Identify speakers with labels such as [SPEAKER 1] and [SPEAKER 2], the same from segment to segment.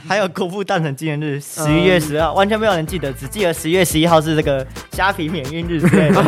[SPEAKER 1] 还有国父诞辰纪念日，
[SPEAKER 2] 嗯
[SPEAKER 1] 十一月十号，完全没有人记得，只记得十一月十一号是这个虾皮免运日之类的。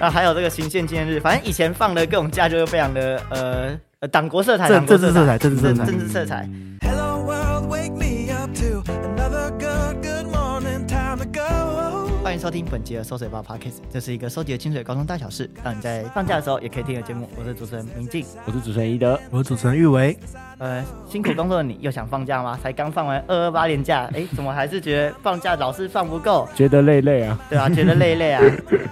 [SPEAKER 1] 啊，还有这个行宪纪念日，反正以前放的各种假就是非常的呃呃党国色彩，
[SPEAKER 2] 政
[SPEAKER 1] 党国
[SPEAKER 2] 政治色彩政治色彩
[SPEAKER 1] 政治色彩。
[SPEAKER 3] Hello world, wake me up to another good, good morning, time to go.
[SPEAKER 1] 欢迎收听本集的《收水报 Podcast》，这是一个收集的清水高中大小事，让你在放假的时候也可以听的节目。我是主持人明静。
[SPEAKER 4] 我是主持人一德，
[SPEAKER 2] 我是主持人玉维，
[SPEAKER 1] 呃，辛苦工作的你又想放假吗？才刚放完二二八连假，哎，怎么还是觉得放假老是放不够？
[SPEAKER 4] 觉得累累啊，
[SPEAKER 1] 对啊，觉得累累啊。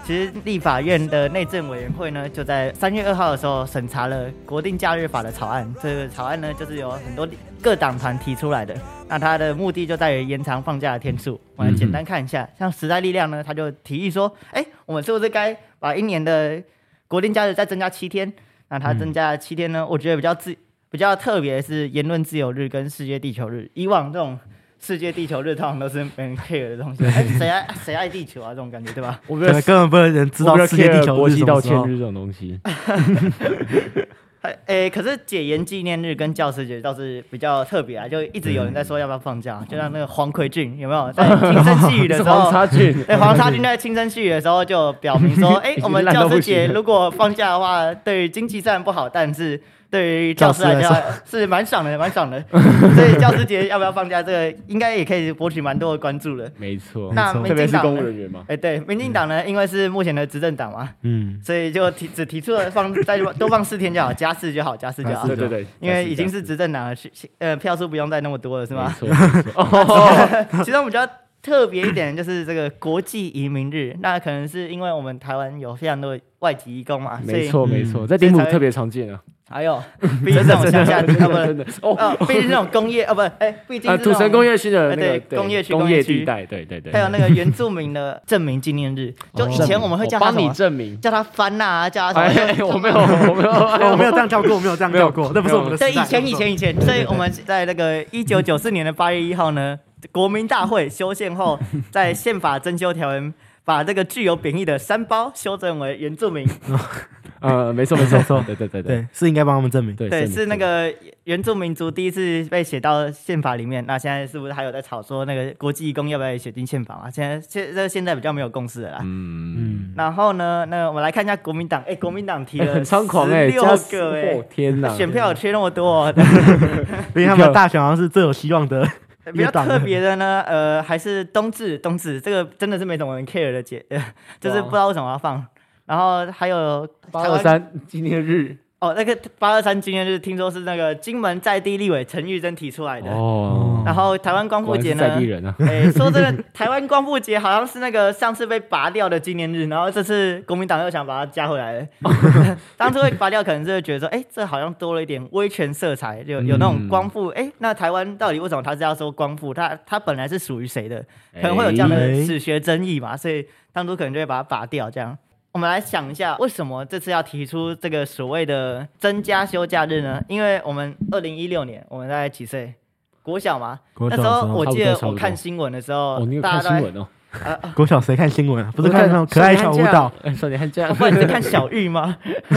[SPEAKER 1] 其实立法院的内政委员会呢，就在三月二号的时候审查了国定假日法的草案。这个草案呢，就是有很多各党团提出来的。那它的目的就在于延长放假的天数。我来简单看一下，像时代力量呢，他就提议说，哎，我们是不是该把一年的国定假日再增加七天？那它增加了七天呢，我觉得比较自比较特别的是言论自由日跟世界地球日。以往这种世界地球日通常都是没人 care 的 东西，哎，谁爱谁爱地球啊？这种感觉对吧？
[SPEAKER 4] 我
[SPEAKER 2] 对，根本没有人知道世界地球
[SPEAKER 4] 国
[SPEAKER 2] 日是
[SPEAKER 4] 际
[SPEAKER 2] 什
[SPEAKER 4] 道
[SPEAKER 2] 么时
[SPEAKER 4] 歉
[SPEAKER 2] 候。
[SPEAKER 4] 日这种东西，
[SPEAKER 1] 哎、诶可是解严纪念日跟教师节倒是比较特别啊，就一直有人在说要不要放假，就像那个黄奎俊有没 有在轻声细语的
[SPEAKER 4] 是
[SPEAKER 1] 时
[SPEAKER 4] 黄
[SPEAKER 1] 候。
[SPEAKER 4] 差距。
[SPEAKER 1] 对，嗯黄沙军在轻声细语的时候就表明 说，哎、我们
[SPEAKER 4] 烂到
[SPEAKER 1] 教
[SPEAKER 4] 不
[SPEAKER 1] 师节
[SPEAKER 4] 行
[SPEAKER 1] 如果放假的话，对于经济上不好，但是对于教师来
[SPEAKER 2] 教
[SPEAKER 1] 讲
[SPEAKER 2] 师
[SPEAKER 1] 是蛮爽的，蛮爽 的。所以教师节要不要放假，这个应该也可以博取蛮多的关注了。
[SPEAKER 4] 没错，
[SPEAKER 1] 那
[SPEAKER 2] 没错
[SPEAKER 1] 民
[SPEAKER 4] 特别
[SPEAKER 1] 进
[SPEAKER 4] 是
[SPEAKER 1] 党
[SPEAKER 4] 公
[SPEAKER 1] 呢，
[SPEAKER 4] 务人员嘛
[SPEAKER 1] 哎、，对，民进党呢，因为是目前的执政党嘛，
[SPEAKER 4] 嗯，
[SPEAKER 1] 所以就提只提出了放 再多放四天就好，加四就好，加四就好。
[SPEAKER 4] 对对对，
[SPEAKER 1] 啊因为已经是执政党了，是是呃票数不用再那么多了，是
[SPEAKER 4] 是
[SPEAKER 1] 吗？
[SPEAKER 4] 没错，没错 哦
[SPEAKER 1] 其中比较特别一点的就是这个国际移民日，那可能是因为我们台湾有非常多的外籍移工嘛，所
[SPEAKER 4] 没
[SPEAKER 1] 以
[SPEAKER 4] 错
[SPEAKER 2] 嗯
[SPEAKER 4] 没错，在柬埔
[SPEAKER 1] 所以才
[SPEAKER 4] 特别常见啊，
[SPEAKER 1] 还 有毕竟这种乡下啊
[SPEAKER 4] 真
[SPEAKER 1] 不是
[SPEAKER 4] 的 真的哦
[SPEAKER 1] 啊，毕竟这种工业啊不哎，毕竟
[SPEAKER 4] 啊，
[SPEAKER 1] 是这
[SPEAKER 4] 土
[SPEAKER 1] 种
[SPEAKER 4] 城工业区的那
[SPEAKER 1] 哎对
[SPEAKER 4] 个对
[SPEAKER 1] 工业区
[SPEAKER 4] 工
[SPEAKER 1] 工业
[SPEAKER 4] 业
[SPEAKER 1] 区
[SPEAKER 4] 地带，对对对，哦
[SPEAKER 1] 还有那个原住民的证明纪念日，就以前我们会叫
[SPEAKER 4] 我
[SPEAKER 1] 他
[SPEAKER 4] 帮
[SPEAKER 1] 什
[SPEAKER 4] 你
[SPEAKER 1] 么？
[SPEAKER 4] 证明，
[SPEAKER 1] 叫他翻呐，叫他什么
[SPEAKER 4] 哎，
[SPEAKER 1] 就？
[SPEAKER 4] 我没有我没 有
[SPEAKER 2] 哦我没有这样叫过，我没有这样叫过，那不是我们的
[SPEAKER 1] 对，
[SPEAKER 2] 时代
[SPEAKER 1] 以前以前以前，所以我们在那个一九九四年的八月一号呢，国民大会修宪后，在宪法增修条文把这个具有贬义的“三胞”修正为原住民。
[SPEAKER 4] 呃，没错没错，对对对
[SPEAKER 2] 对，是应该帮他们证明。
[SPEAKER 4] 对
[SPEAKER 1] 对，
[SPEAKER 4] 证明
[SPEAKER 1] 是那个原住民族第一次被写到宪法里面。那现在是不是还有在吵说那个国际义工要不要也写进宪法嘛？现在现这现在比较没有共识了啦。
[SPEAKER 4] 嗯。
[SPEAKER 2] 嗯，
[SPEAKER 1] 然后呢，那我们来看一下国民党，哎，国民党提
[SPEAKER 4] 哎
[SPEAKER 1] 了
[SPEAKER 4] 很猖狂哎，
[SPEAKER 1] 六
[SPEAKER 4] 加四
[SPEAKER 1] 个哎
[SPEAKER 4] 哦，天哪！
[SPEAKER 1] 选票有缺那么多哦，
[SPEAKER 2] 因为他们的大选好像是最有希望的。
[SPEAKER 1] 比较
[SPEAKER 2] 一档
[SPEAKER 1] 特别的呢，呃，还是冬至，冬至这个真的是没什么人 care 的节， 呃，就是不知道为什么要放。然后还有
[SPEAKER 4] 八
[SPEAKER 1] 台
[SPEAKER 4] 二
[SPEAKER 1] 湾
[SPEAKER 4] 三纪念日
[SPEAKER 1] 哦，那个八二三纪念日，听说是那个金门在地立委陈玉珍提出来的。
[SPEAKER 2] 嗯
[SPEAKER 4] 哦
[SPEAKER 1] 然后台湾光复
[SPEAKER 4] 果然
[SPEAKER 1] 节
[SPEAKER 4] 是
[SPEAKER 1] 呢
[SPEAKER 4] 在地，人啊，
[SPEAKER 1] 哎，说真的，台湾光复节好像是那个上次被拔掉的纪念日，然后这次国民党又想把它加回来了。当初会拔掉，可能是觉得说，哎，这好像多了一点威权色彩，有有那种光复。哎，那台湾到底为什么他是要说光复？他他本来是属于谁的？可能会有这样的
[SPEAKER 2] 哎
[SPEAKER 1] 史学争议嘛，所以当初可能就会把它拔掉。这样，我们来想一下，为什么这次要提出这个所谓的增加休假日呢？因为我们二零一六年，我们大概几岁？国小嘛，
[SPEAKER 2] 国
[SPEAKER 1] 那
[SPEAKER 2] 小
[SPEAKER 1] 时候我记得
[SPEAKER 4] 差不多
[SPEAKER 1] 我看新闻的时候，
[SPEAKER 4] 哦，你有
[SPEAKER 1] 大家
[SPEAKER 4] 看新
[SPEAKER 1] 都在
[SPEAKER 4] 闻哦？
[SPEAKER 2] 国小谁看新闻啊？不
[SPEAKER 4] 不
[SPEAKER 2] 是看那种可爱小舞蹈，，
[SPEAKER 4] 少年悍将
[SPEAKER 1] 我，哎不然你在看 小玉吗？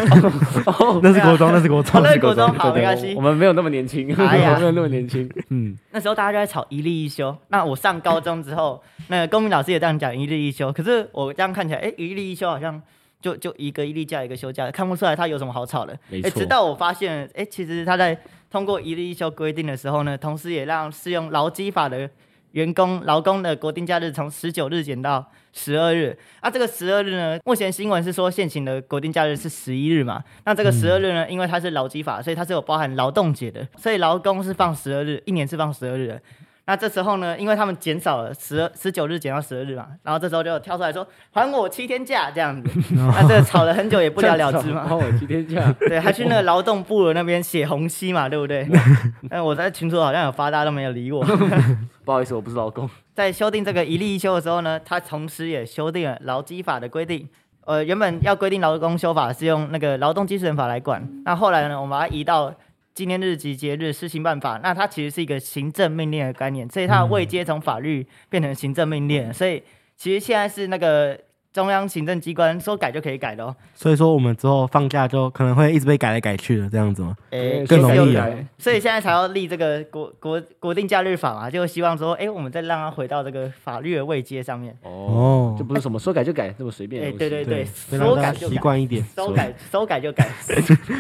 [SPEAKER 2] 那是国中，那是国中
[SPEAKER 1] 好。那国中 好没关
[SPEAKER 4] 对对
[SPEAKER 1] 系
[SPEAKER 4] 我。们没有那么年轻，我
[SPEAKER 1] 哎呀
[SPEAKER 4] 们没有那么年轻。嗯，
[SPEAKER 1] 那时候大家就在吵一例一休。那我上高中之后，那个公民老师也这样讲一例一休。可是我这样看起来，哎、一例一休好像就就一个一例假一个休假，看不出来他有什么好吵的。
[SPEAKER 4] 没
[SPEAKER 1] 哎
[SPEAKER 4] 错
[SPEAKER 1] 直到我发现，哎、其实他在通过一例一休规定的时候呢，同时也让适用劳基法的员工劳工的国定假日从十九日减到十二日。啊，这个十二日呢，目前新闻是说现行的国定假日是十一日嘛，那这个十
[SPEAKER 4] 嗯
[SPEAKER 1] 二日呢，因为它是劳基法，所以它是有包含劳动节的，所以劳工是放十二日，一年是放十二日的。那这时候呢，因为他们减少了十十九日减到十二日嘛，然后这时候就有跳出来说还我七天假这 样子，那这个吵了很久也不了了之嘛。
[SPEAKER 4] 帮我哦今天假，
[SPEAKER 1] 对，还去那个劳动部的那边写红旗嘛，对不对？但我在群组好像有发，大家都没有理我。
[SPEAKER 4] 不好意思，我不是老公。
[SPEAKER 1] 在修订这个一例一休的时候呢，它同时也修订了劳基法的规定。呃，原本要规定劳工修法是用那个劳动基准法来管，那后来呢，我们把它移到纪念日及节日施行办法，那它其实是一个行政命令的概念，所以它的位阶从法律变成行政命令，所以其实现在是那个中央行政机关说改就可以改的哦。
[SPEAKER 2] 所以说我们之后放假就可能会一直被改来改去的这样子嘛。
[SPEAKER 1] 诶，
[SPEAKER 2] 更
[SPEAKER 1] 现在
[SPEAKER 2] 容易
[SPEAKER 1] 有
[SPEAKER 2] 啊
[SPEAKER 4] 改
[SPEAKER 1] 哎所以现在才要立这个国国国定假日法嘛，就希望说，哎、我们再让它回到这个法律的位阶上面。
[SPEAKER 4] 哦，
[SPEAKER 2] 哦
[SPEAKER 4] 就，不是什么说改就改这么随便的
[SPEAKER 1] 哎
[SPEAKER 4] 东西。
[SPEAKER 1] 对对
[SPEAKER 2] 对，
[SPEAKER 1] 对
[SPEAKER 2] 会让
[SPEAKER 1] 说
[SPEAKER 2] 大家
[SPEAKER 1] 改就
[SPEAKER 2] 习
[SPEAKER 1] 改
[SPEAKER 2] 惯一点。
[SPEAKER 1] 修改修改就改，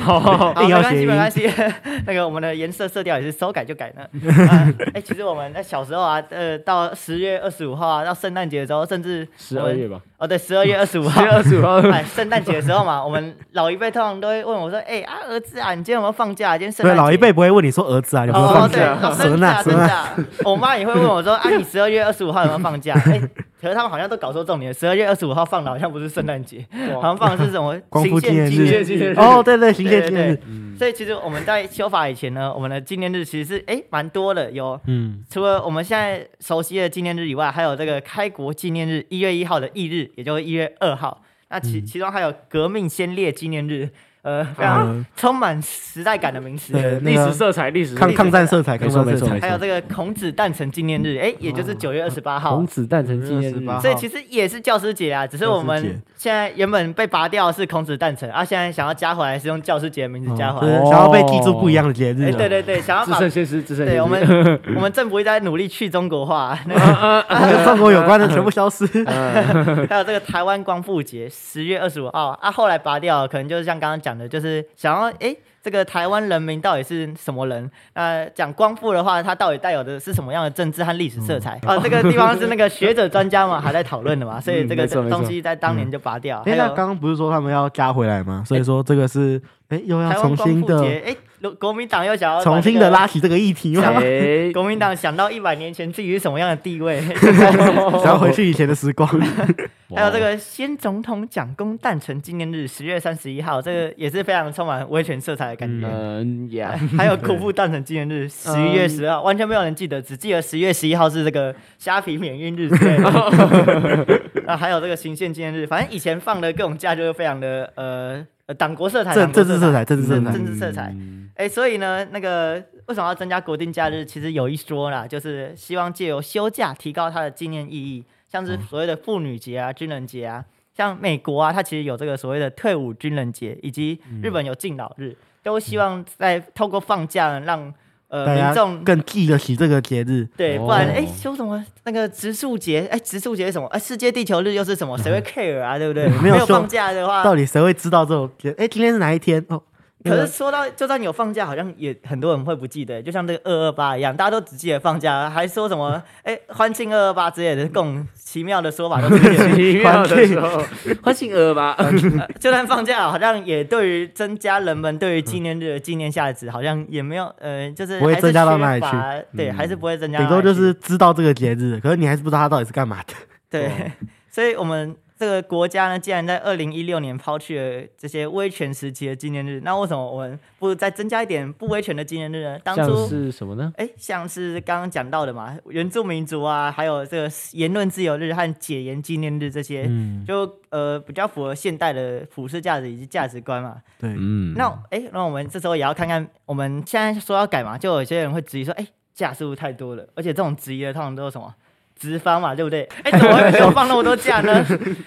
[SPEAKER 4] 好，
[SPEAKER 1] 好，
[SPEAKER 2] 硬
[SPEAKER 1] 没
[SPEAKER 2] 要
[SPEAKER 1] 关
[SPEAKER 2] 谐
[SPEAKER 1] 系
[SPEAKER 2] 音
[SPEAKER 1] 没关系。 那个我们的颜色色调也是修改就改 呢。啊哎、其实我们在小时候啊，呃，到十月二十五号啊，到圣诞节的时候，甚至
[SPEAKER 4] 十
[SPEAKER 1] 我
[SPEAKER 4] 二
[SPEAKER 1] 们
[SPEAKER 4] 月吧，
[SPEAKER 1] 哦，对，十二月二十五号
[SPEAKER 4] 十。二十五号。
[SPEAKER 1] 哎，圣诞节的时候嘛，我们老一辈通常都会问我说：“哎、啊，儿子啊，你今天有没有放假、今天圣
[SPEAKER 2] 对，
[SPEAKER 1] 诞节
[SPEAKER 2] 老一辈不会问你说儿子啊，有没有
[SPEAKER 1] 哦，
[SPEAKER 2] 放
[SPEAKER 1] 对，
[SPEAKER 2] 假？
[SPEAKER 1] 哦真
[SPEAKER 2] 蛇
[SPEAKER 1] 的
[SPEAKER 2] 呢？
[SPEAKER 1] 啊
[SPEAKER 2] 蛇
[SPEAKER 1] 真的
[SPEAKER 2] 呢？
[SPEAKER 1] 啊。我妈也会问我说：“啊，你十二月二十五号有没有放假？”哎，可是他们好像都搞错重点，十二月二十五号放的好像不是圣诞节，好像放的是什么
[SPEAKER 2] 光复纪念日
[SPEAKER 1] 行宪
[SPEAKER 4] 纪念日
[SPEAKER 2] 哦，对对，行
[SPEAKER 1] 对
[SPEAKER 2] 宪
[SPEAKER 1] 对
[SPEAKER 2] 纪念
[SPEAKER 1] 对
[SPEAKER 2] 日，，
[SPEAKER 1] 所以其实我们在修法以前呢，我们的纪念日其实是哎蛮多的，有
[SPEAKER 2] 嗯，
[SPEAKER 1] 除了我们现在熟悉的纪念日以外，还有这个开国纪念日，一月一号的翌日，也就是一月二号。那其
[SPEAKER 2] 嗯
[SPEAKER 1] 其中还有革命先烈纪念日，呃，非常
[SPEAKER 2] 嗯
[SPEAKER 1] 充满时代感的名词。
[SPEAKER 2] 对
[SPEAKER 4] 历史色彩，历史
[SPEAKER 2] 抗抗战色彩，
[SPEAKER 4] 没
[SPEAKER 2] 抗
[SPEAKER 4] 错
[SPEAKER 2] 战
[SPEAKER 4] 没
[SPEAKER 2] 色
[SPEAKER 4] 错没嗯啊
[SPEAKER 2] 彩。
[SPEAKER 1] 还有这个孔子诞辰纪念日，哎、也就是九月二十八号
[SPEAKER 4] 孔。子啊诞辰纪念日，
[SPEAKER 2] 28
[SPEAKER 1] 所以其实也是教师节啊，只是我
[SPEAKER 2] 教师
[SPEAKER 1] 们
[SPEAKER 2] 节
[SPEAKER 1] 现在原本被拔掉是孔子诞辰，啊，现在想要加回来是用教师节的名字加
[SPEAKER 2] 哦
[SPEAKER 1] 回
[SPEAKER 2] 就
[SPEAKER 1] 来。
[SPEAKER 2] 是
[SPEAKER 1] 哎、
[SPEAKER 2] 想要被记住不一样的节日啊。
[SPEAKER 1] 对对对，想要
[SPEAKER 4] 至
[SPEAKER 1] 把
[SPEAKER 4] 圣先师，至圣
[SPEAKER 1] 对
[SPEAKER 4] 先师。
[SPEAKER 1] 我们 我们政府一直在努力去中国化，那
[SPEAKER 2] 啊 跟中国有关的全部 消失。
[SPEAKER 1] 嗯
[SPEAKER 2] 哎
[SPEAKER 1] 个还有这个台湾光复节十月二十五号啊，后来拔掉，可能就是像刚刚讲的，就是想要哎、这个台湾人民到底是什么人？呃，讲光复的话，它到底带有的是什么样的政治和历史色彩？
[SPEAKER 2] 嗯
[SPEAKER 1] 啊，这个地方是那个学者专家们还在讨论 的嘛，所以这个
[SPEAKER 4] 没错没错
[SPEAKER 1] 东西在当年就拔掉。
[SPEAKER 2] 哎，
[SPEAKER 1] 还
[SPEAKER 2] 那
[SPEAKER 1] 有
[SPEAKER 2] 刚刚不是说他们要加回来吗？所以说这个是哎又要
[SPEAKER 1] 台湾
[SPEAKER 2] 重
[SPEAKER 1] 光
[SPEAKER 2] 新
[SPEAKER 1] 复
[SPEAKER 2] 的
[SPEAKER 1] 节，哎、如国民党又想要把
[SPEAKER 2] 重新
[SPEAKER 1] 这
[SPEAKER 2] 的
[SPEAKER 1] 个
[SPEAKER 2] 拉起这个议题吗？
[SPEAKER 4] 哎，
[SPEAKER 1] 国民党想到一百年前自己是什么样的地位，
[SPEAKER 2] 想要回去以前的时光。哦
[SPEAKER 1] 还有这个先总统蒋公诞辰纪念日，十月三十一
[SPEAKER 2] 嗯
[SPEAKER 1] 号，这个也是非常充满威权色彩的感觉。
[SPEAKER 4] 嗯呀，
[SPEAKER 1] 还有国父诞辰纪念 日，十
[SPEAKER 2] 嗯
[SPEAKER 1] 一月十号，完全没有人记得，只记得十月十一号是这个虾皮免运日之类的。啊，还有这个行宪纪念日，反正以前放的各种假就是非常的呃呃党国色彩、
[SPEAKER 2] 政
[SPEAKER 1] 党国
[SPEAKER 2] 政治色彩政治色彩
[SPEAKER 1] 政治色彩。
[SPEAKER 4] 嗯
[SPEAKER 1] 哎，所以呢，那个为什么要增加国定假日？其实有一说啦，就是希望借由休假提高它的纪念意义，像
[SPEAKER 2] 嗯
[SPEAKER 1] 是所谓的妇女节啊、军人节啊，像美国啊，它其实有这个所谓的退伍军人节，以及
[SPEAKER 2] 嗯
[SPEAKER 1] 日本有敬老日，都希望在透过放假让呃
[SPEAKER 2] 大
[SPEAKER 1] 民
[SPEAKER 2] 家
[SPEAKER 1] 众
[SPEAKER 2] 更记得起这个节日。
[SPEAKER 1] 对，不然
[SPEAKER 4] 哦
[SPEAKER 1] 哎、诶修什么那个植树节？哎，植树节是什么？哎，世界地球日又是什么？谁 会 care 啊？对不对？
[SPEAKER 2] 没有
[SPEAKER 1] 有
[SPEAKER 2] 修
[SPEAKER 1] 放假的话，
[SPEAKER 2] 到底谁会知道这种节？哎，今天是哪一天？哦，那
[SPEAKER 1] 可
[SPEAKER 2] 个
[SPEAKER 1] 是说到，就算有放假，好像也很多人会不记得，就像这个二二八一样，大家都只记得放假，还说什么哎、欢庆二二八之类的各种奇妙的说法都出现。
[SPEAKER 4] 奇妙的时候，欢庆鹅吧，
[SPEAKER 1] 就算放假，好像也对于增加人们对于纪念日的纪念价值，好像也没有呃，就是
[SPEAKER 2] 不会
[SPEAKER 1] 还是
[SPEAKER 2] 增加到哪里
[SPEAKER 1] 缺乏
[SPEAKER 2] 去嗯
[SPEAKER 1] 对，还是不会增加到
[SPEAKER 2] 顶
[SPEAKER 1] 哪里
[SPEAKER 2] 多
[SPEAKER 1] 去。
[SPEAKER 2] 就是知道这个节日，可是你还是不知道它到底是干嘛的。
[SPEAKER 1] 对， 所以我们这个国家呢，既然在二零一六年抛弃了这些威权时期的纪念日，那为什么我们不再增加一点不威权的纪念日呢？当
[SPEAKER 4] 像
[SPEAKER 1] 初。
[SPEAKER 4] 是什么呢？
[SPEAKER 1] 哎，像是刚刚讲到的嘛，原住民族啊，还有这个言论自由日和解严纪念日这些，
[SPEAKER 2] 嗯，
[SPEAKER 1] 就呃比较符合现代的普世价值以及价值观嘛。
[SPEAKER 2] 对，
[SPEAKER 4] 嗯
[SPEAKER 1] 那哎，那我们这时候也要看看，我们现在说要改嘛，就有些人会质疑说，哎，假是不是太多了？而且这种质疑的通常都是什么？资方嘛，对不对？哎，怎么会没有放那么多假呢？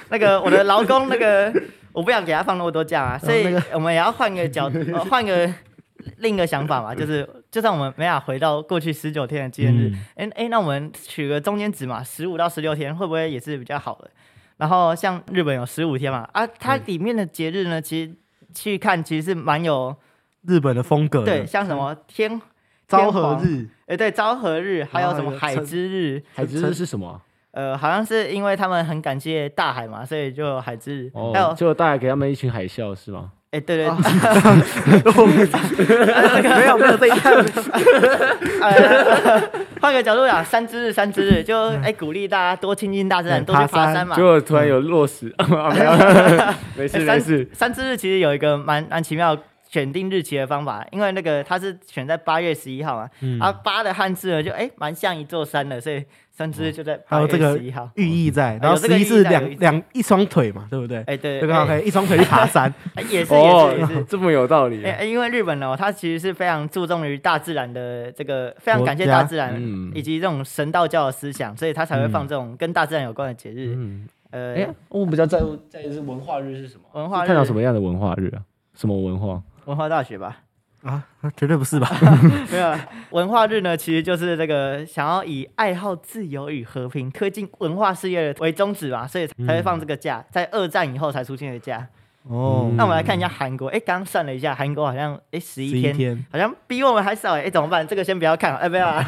[SPEAKER 1] 那个我的劳工，那 个我不想给他放那么多假啊，所以
[SPEAKER 2] 哦那个
[SPEAKER 1] 我们也要换个 角度，呃换个另一个想法嘛，就是就算我们没法回到过去十九天的纪念
[SPEAKER 2] 嗯
[SPEAKER 1] 日，哎、哎、那我们取个中间值嘛，十五到十六天会不会也是比较好的？然后像日本有十五天嘛，啊，它里面的节日呢，其实去看其实是蛮有
[SPEAKER 2] 日本的风格的，
[SPEAKER 1] 对，像什么天
[SPEAKER 2] 昭和，日，
[SPEAKER 1] 哎、对，昭和日，还有什么
[SPEAKER 2] 然后还
[SPEAKER 1] 海
[SPEAKER 2] 有
[SPEAKER 1] 之日，
[SPEAKER 4] 海之日是什么啊？
[SPEAKER 1] 呃，好像是因为他们很感谢大海嘛，所以就有海之日，还有
[SPEAKER 4] 哦，就大概给他们一群海啸是吗？
[SPEAKER 1] 哎、对对，
[SPEAKER 2] 没有没有这一看，
[SPEAKER 1] 呃换个角度讲，三之日，三之日就哎、鼓励大家多亲近大自然，
[SPEAKER 2] 嗯
[SPEAKER 1] 多去
[SPEAKER 2] 爬山
[SPEAKER 1] 爬山嘛。
[SPEAKER 4] 结果突然有落石， 啊没有，没事
[SPEAKER 1] 哎
[SPEAKER 4] 没
[SPEAKER 1] 三
[SPEAKER 4] 事。
[SPEAKER 1] 三之日其实有一个蛮蛮奇妙选定日期的方法，因为那个它是选在八月十一号嘛，啊八的汉字呢就哎蛮、像一座山的，所以三之日就在
[SPEAKER 2] 还
[SPEAKER 1] 八
[SPEAKER 2] 有这
[SPEAKER 1] 月
[SPEAKER 2] 个
[SPEAKER 1] 十一号。
[SPEAKER 2] 寓意在，
[SPEAKER 1] 嗯
[SPEAKER 2] 然
[SPEAKER 1] 有
[SPEAKER 2] 后
[SPEAKER 1] 这个
[SPEAKER 2] 十
[SPEAKER 1] 寓
[SPEAKER 2] 一
[SPEAKER 1] 意
[SPEAKER 2] 是
[SPEAKER 1] 在有
[SPEAKER 2] 两
[SPEAKER 1] 一
[SPEAKER 2] 两一双腿嘛，对不对？
[SPEAKER 1] 哎、对，
[SPEAKER 2] 这个
[SPEAKER 1] 哎
[SPEAKER 2] 可以一双腿去爬山，
[SPEAKER 1] 哎也是也
[SPEAKER 4] 哦
[SPEAKER 1] 是也是。，
[SPEAKER 4] 这么有道理
[SPEAKER 1] 哎、
[SPEAKER 4] 啊。
[SPEAKER 1] 哎因为日本哦，它其实是非常注重于大自然的这个，非常感谢
[SPEAKER 2] 国家
[SPEAKER 1] 大自然、
[SPEAKER 4] 嗯
[SPEAKER 1] 以及这种神道教的思想，所以它才会放这种跟大自然有关的节日。
[SPEAKER 4] 嗯，
[SPEAKER 1] 呃，
[SPEAKER 4] 哎呀，我比较在乎在意是文化日是什么？
[SPEAKER 1] 文化
[SPEAKER 4] 是探讨
[SPEAKER 1] 日
[SPEAKER 4] 什么样的文化日啊？什么文化？
[SPEAKER 1] 文化大学吧，
[SPEAKER 2] 啊，绝对不是吧？
[SPEAKER 1] 没有啦文化日呢，其实就是这个想要以爱好自由与和平推进文化事业为宗旨嘛，所以才会
[SPEAKER 4] 嗯
[SPEAKER 1] 放这个假，在二战以后才出现的假。
[SPEAKER 2] 哦，
[SPEAKER 1] 那我们来看一下韩国，哎，刚算了一下，韩国好像哎十一
[SPEAKER 2] 11
[SPEAKER 1] 天，
[SPEAKER 2] 天，
[SPEAKER 1] 好像比我们还少哎，诶怎么办？这个先不要看，哎，不要啊，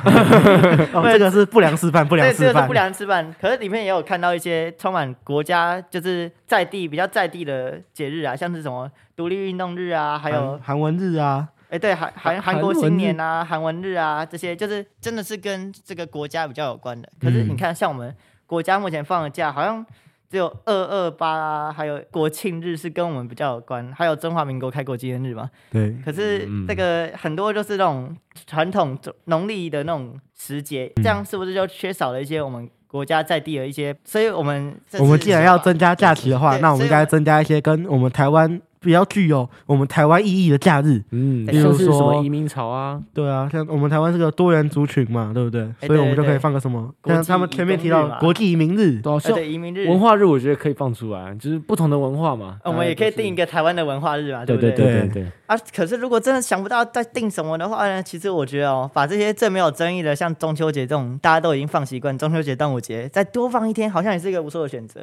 [SPEAKER 2] 哦，这个是不良示范，不良
[SPEAKER 1] 对，这
[SPEAKER 2] 示
[SPEAKER 1] 个是
[SPEAKER 2] 范
[SPEAKER 1] 不，良示范。可是里面也有看到一些充满国家就是在地比较在地的节日啊，像是什么独立运动日啊，还有
[SPEAKER 2] 韩韩文日啊，
[SPEAKER 1] 哎，对，韩韩韩
[SPEAKER 4] 韩
[SPEAKER 1] 国
[SPEAKER 4] 文
[SPEAKER 1] 新
[SPEAKER 4] 日
[SPEAKER 1] 年啊，韩文日啊，这些就是真的是跟这个国家比较有关的。可是你
[SPEAKER 2] 嗯
[SPEAKER 1] 看，像我们国家目前放的假，好像只有二二八啊，还有国庆日是跟我们比较有关，还有中华民国开国纪念日嘛。
[SPEAKER 2] 对，
[SPEAKER 1] 可是
[SPEAKER 4] 嗯
[SPEAKER 1] 这个很多就是那种传统中农历的那种时节，这样是不是就缺少了一些我们国家在地的一些？所以我们这
[SPEAKER 2] 我们
[SPEAKER 1] 次
[SPEAKER 2] 既然
[SPEAKER 1] 是
[SPEAKER 2] 要
[SPEAKER 1] 把
[SPEAKER 2] 增加假期的话，
[SPEAKER 1] 对
[SPEAKER 2] 那我
[SPEAKER 1] 所
[SPEAKER 2] 们
[SPEAKER 1] 以我
[SPEAKER 2] 应该
[SPEAKER 1] 们
[SPEAKER 2] 增加一些跟我们台湾比较具有我们台湾意义的假日。
[SPEAKER 4] 嗯，
[SPEAKER 1] 例
[SPEAKER 4] 像
[SPEAKER 2] 如
[SPEAKER 4] 是什
[SPEAKER 2] 说
[SPEAKER 4] 么移民潮啊，
[SPEAKER 2] 对啊，像我们台湾是个多元族群嘛，对不对？
[SPEAKER 1] 哎
[SPEAKER 2] 所以我们就
[SPEAKER 1] 对对
[SPEAKER 2] 可以放个什么，
[SPEAKER 1] 国
[SPEAKER 2] 像
[SPEAKER 1] 际啊
[SPEAKER 2] 他们
[SPEAKER 1] 移
[SPEAKER 2] 前面
[SPEAKER 1] 工
[SPEAKER 2] 提
[SPEAKER 1] 日
[SPEAKER 2] 到
[SPEAKER 1] 嘛
[SPEAKER 2] 国际移民日，
[SPEAKER 4] 都要
[SPEAKER 1] 呃
[SPEAKER 4] 啊像
[SPEAKER 1] 对移民日
[SPEAKER 4] 文化日，我觉得可以放出来，就是不同的文化嘛。
[SPEAKER 1] 呃我们也可以定一
[SPEAKER 4] 个，
[SPEAKER 1] 个台湾的文化日嘛，
[SPEAKER 4] 对
[SPEAKER 1] 不
[SPEAKER 4] 对
[SPEAKER 1] 对
[SPEAKER 4] 对对
[SPEAKER 2] 对
[SPEAKER 4] 对，
[SPEAKER 1] 啊，可是如果真的想不到在定什么的话呢，其实我觉得哦，把这些最没有争议的，像中秋节这种大家都已经放习惯，中秋节、端午节再多放一天，好像也是一个不错的选择。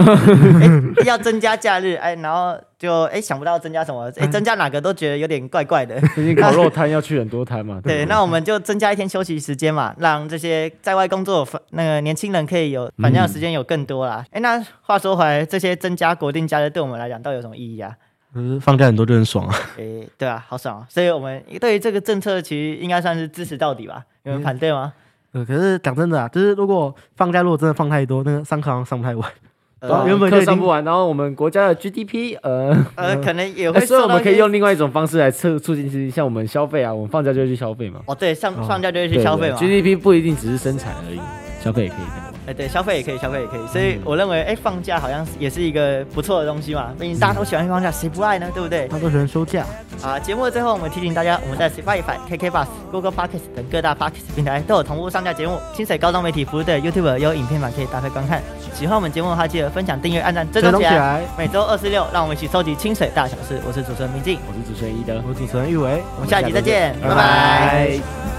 [SPEAKER 1] 诶要增加假日，哎，然后就哎想不到增加什么，哎，增加哪个都觉得有点怪怪的。
[SPEAKER 4] 最近烤肉摊要去很多摊嘛。
[SPEAKER 1] 对，
[SPEAKER 4] 不
[SPEAKER 1] 那我们就增加一天休息时间嘛，让这些在外工作反那个年轻人可以有
[SPEAKER 4] 嗯
[SPEAKER 1] 反正时间有更多啦。哎、那话说回来，这些增加国定假日对我们来讲到底有什么意义啊？
[SPEAKER 2] 可是放假很多就很爽啊。
[SPEAKER 1] 诶、对啊，好爽啊！所以我们对于这个政策其实应该算是支持到底吧？你
[SPEAKER 4] 嗯
[SPEAKER 1] 们反对吗？
[SPEAKER 2] 呃，可是讲真的啊，就是如果放假如果真的放太多，那个上课好像上不太完。
[SPEAKER 4] 对啊
[SPEAKER 1] 呃
[SPEAKER 2] 原本就
[SPEAKER 4] 课
[SPEAKER 2] 已
[SPEAKER 4] 上
[SPEAKER 2] 经
[SPEAKER 4] 不完，然后我们国家的 GDP，呃，
[SPEAKER 1] 呃，可能也
[SPEAKER 4] 哎
[SPEAKER 1] 会
[SPEAKER 4] 所以
[SPEAKER 1] 受
[SPEAKER 4] 我
[SPEAKER 1] 到
[SPEAKER 4] 们
[SPEAKER 1] 一
[SPEAKER 4] 可以
[SPEAKER 1] 些
[SPEAKER 4] 用另外一种方式来促促进是像我们消费啊，我们放假就会去消费嘛，
[SPEAKER 1] 哦，对，上上架就会去消费嘛。
[SPEAKER 4] 对对 GDP 不一定只是生产而已，消费也可以看到。
[SPEAKER 1] 哎、对，消费也可以，消费也可以。所
[SPEAKER 4] 嗯
[SPEAKER 1] 以我认为，哎、放假好像也是一个不错的东西嘛，毕竟大家都喜欢放假，谁不爱呢？对不对？
[SPEAKER 2] 他都喜欢休假，
[SPEAKER 1] 啊，节目的最后，我们提醒大家，我们在 Spotify、KK Bus、Google Podcast 等各大 Podcast 平台都有同步上架节目。清水高中媒体服务的 YouTube 有影片版可以搭配观看。喜欢我们节目的话，记得分享、订阅、按赞、追踪
[SPEAKER 2] 追
[SPEAKER 1] 起
[SPEAKER 2] 踪起
[SPEAKER 1] 来
[SPEAKER 2] 来。
[SPEAKER 1] 每周二、四、六，让我们一起收集清水大小事。我是主持人明静，
[SPEAKER 4] 我是主持人一德，
[SPEAKER 2] 我主持人玉伟，
[SPEAKER 1] 我们下集再见，拜拜
[SPEAKER 4] 拜拜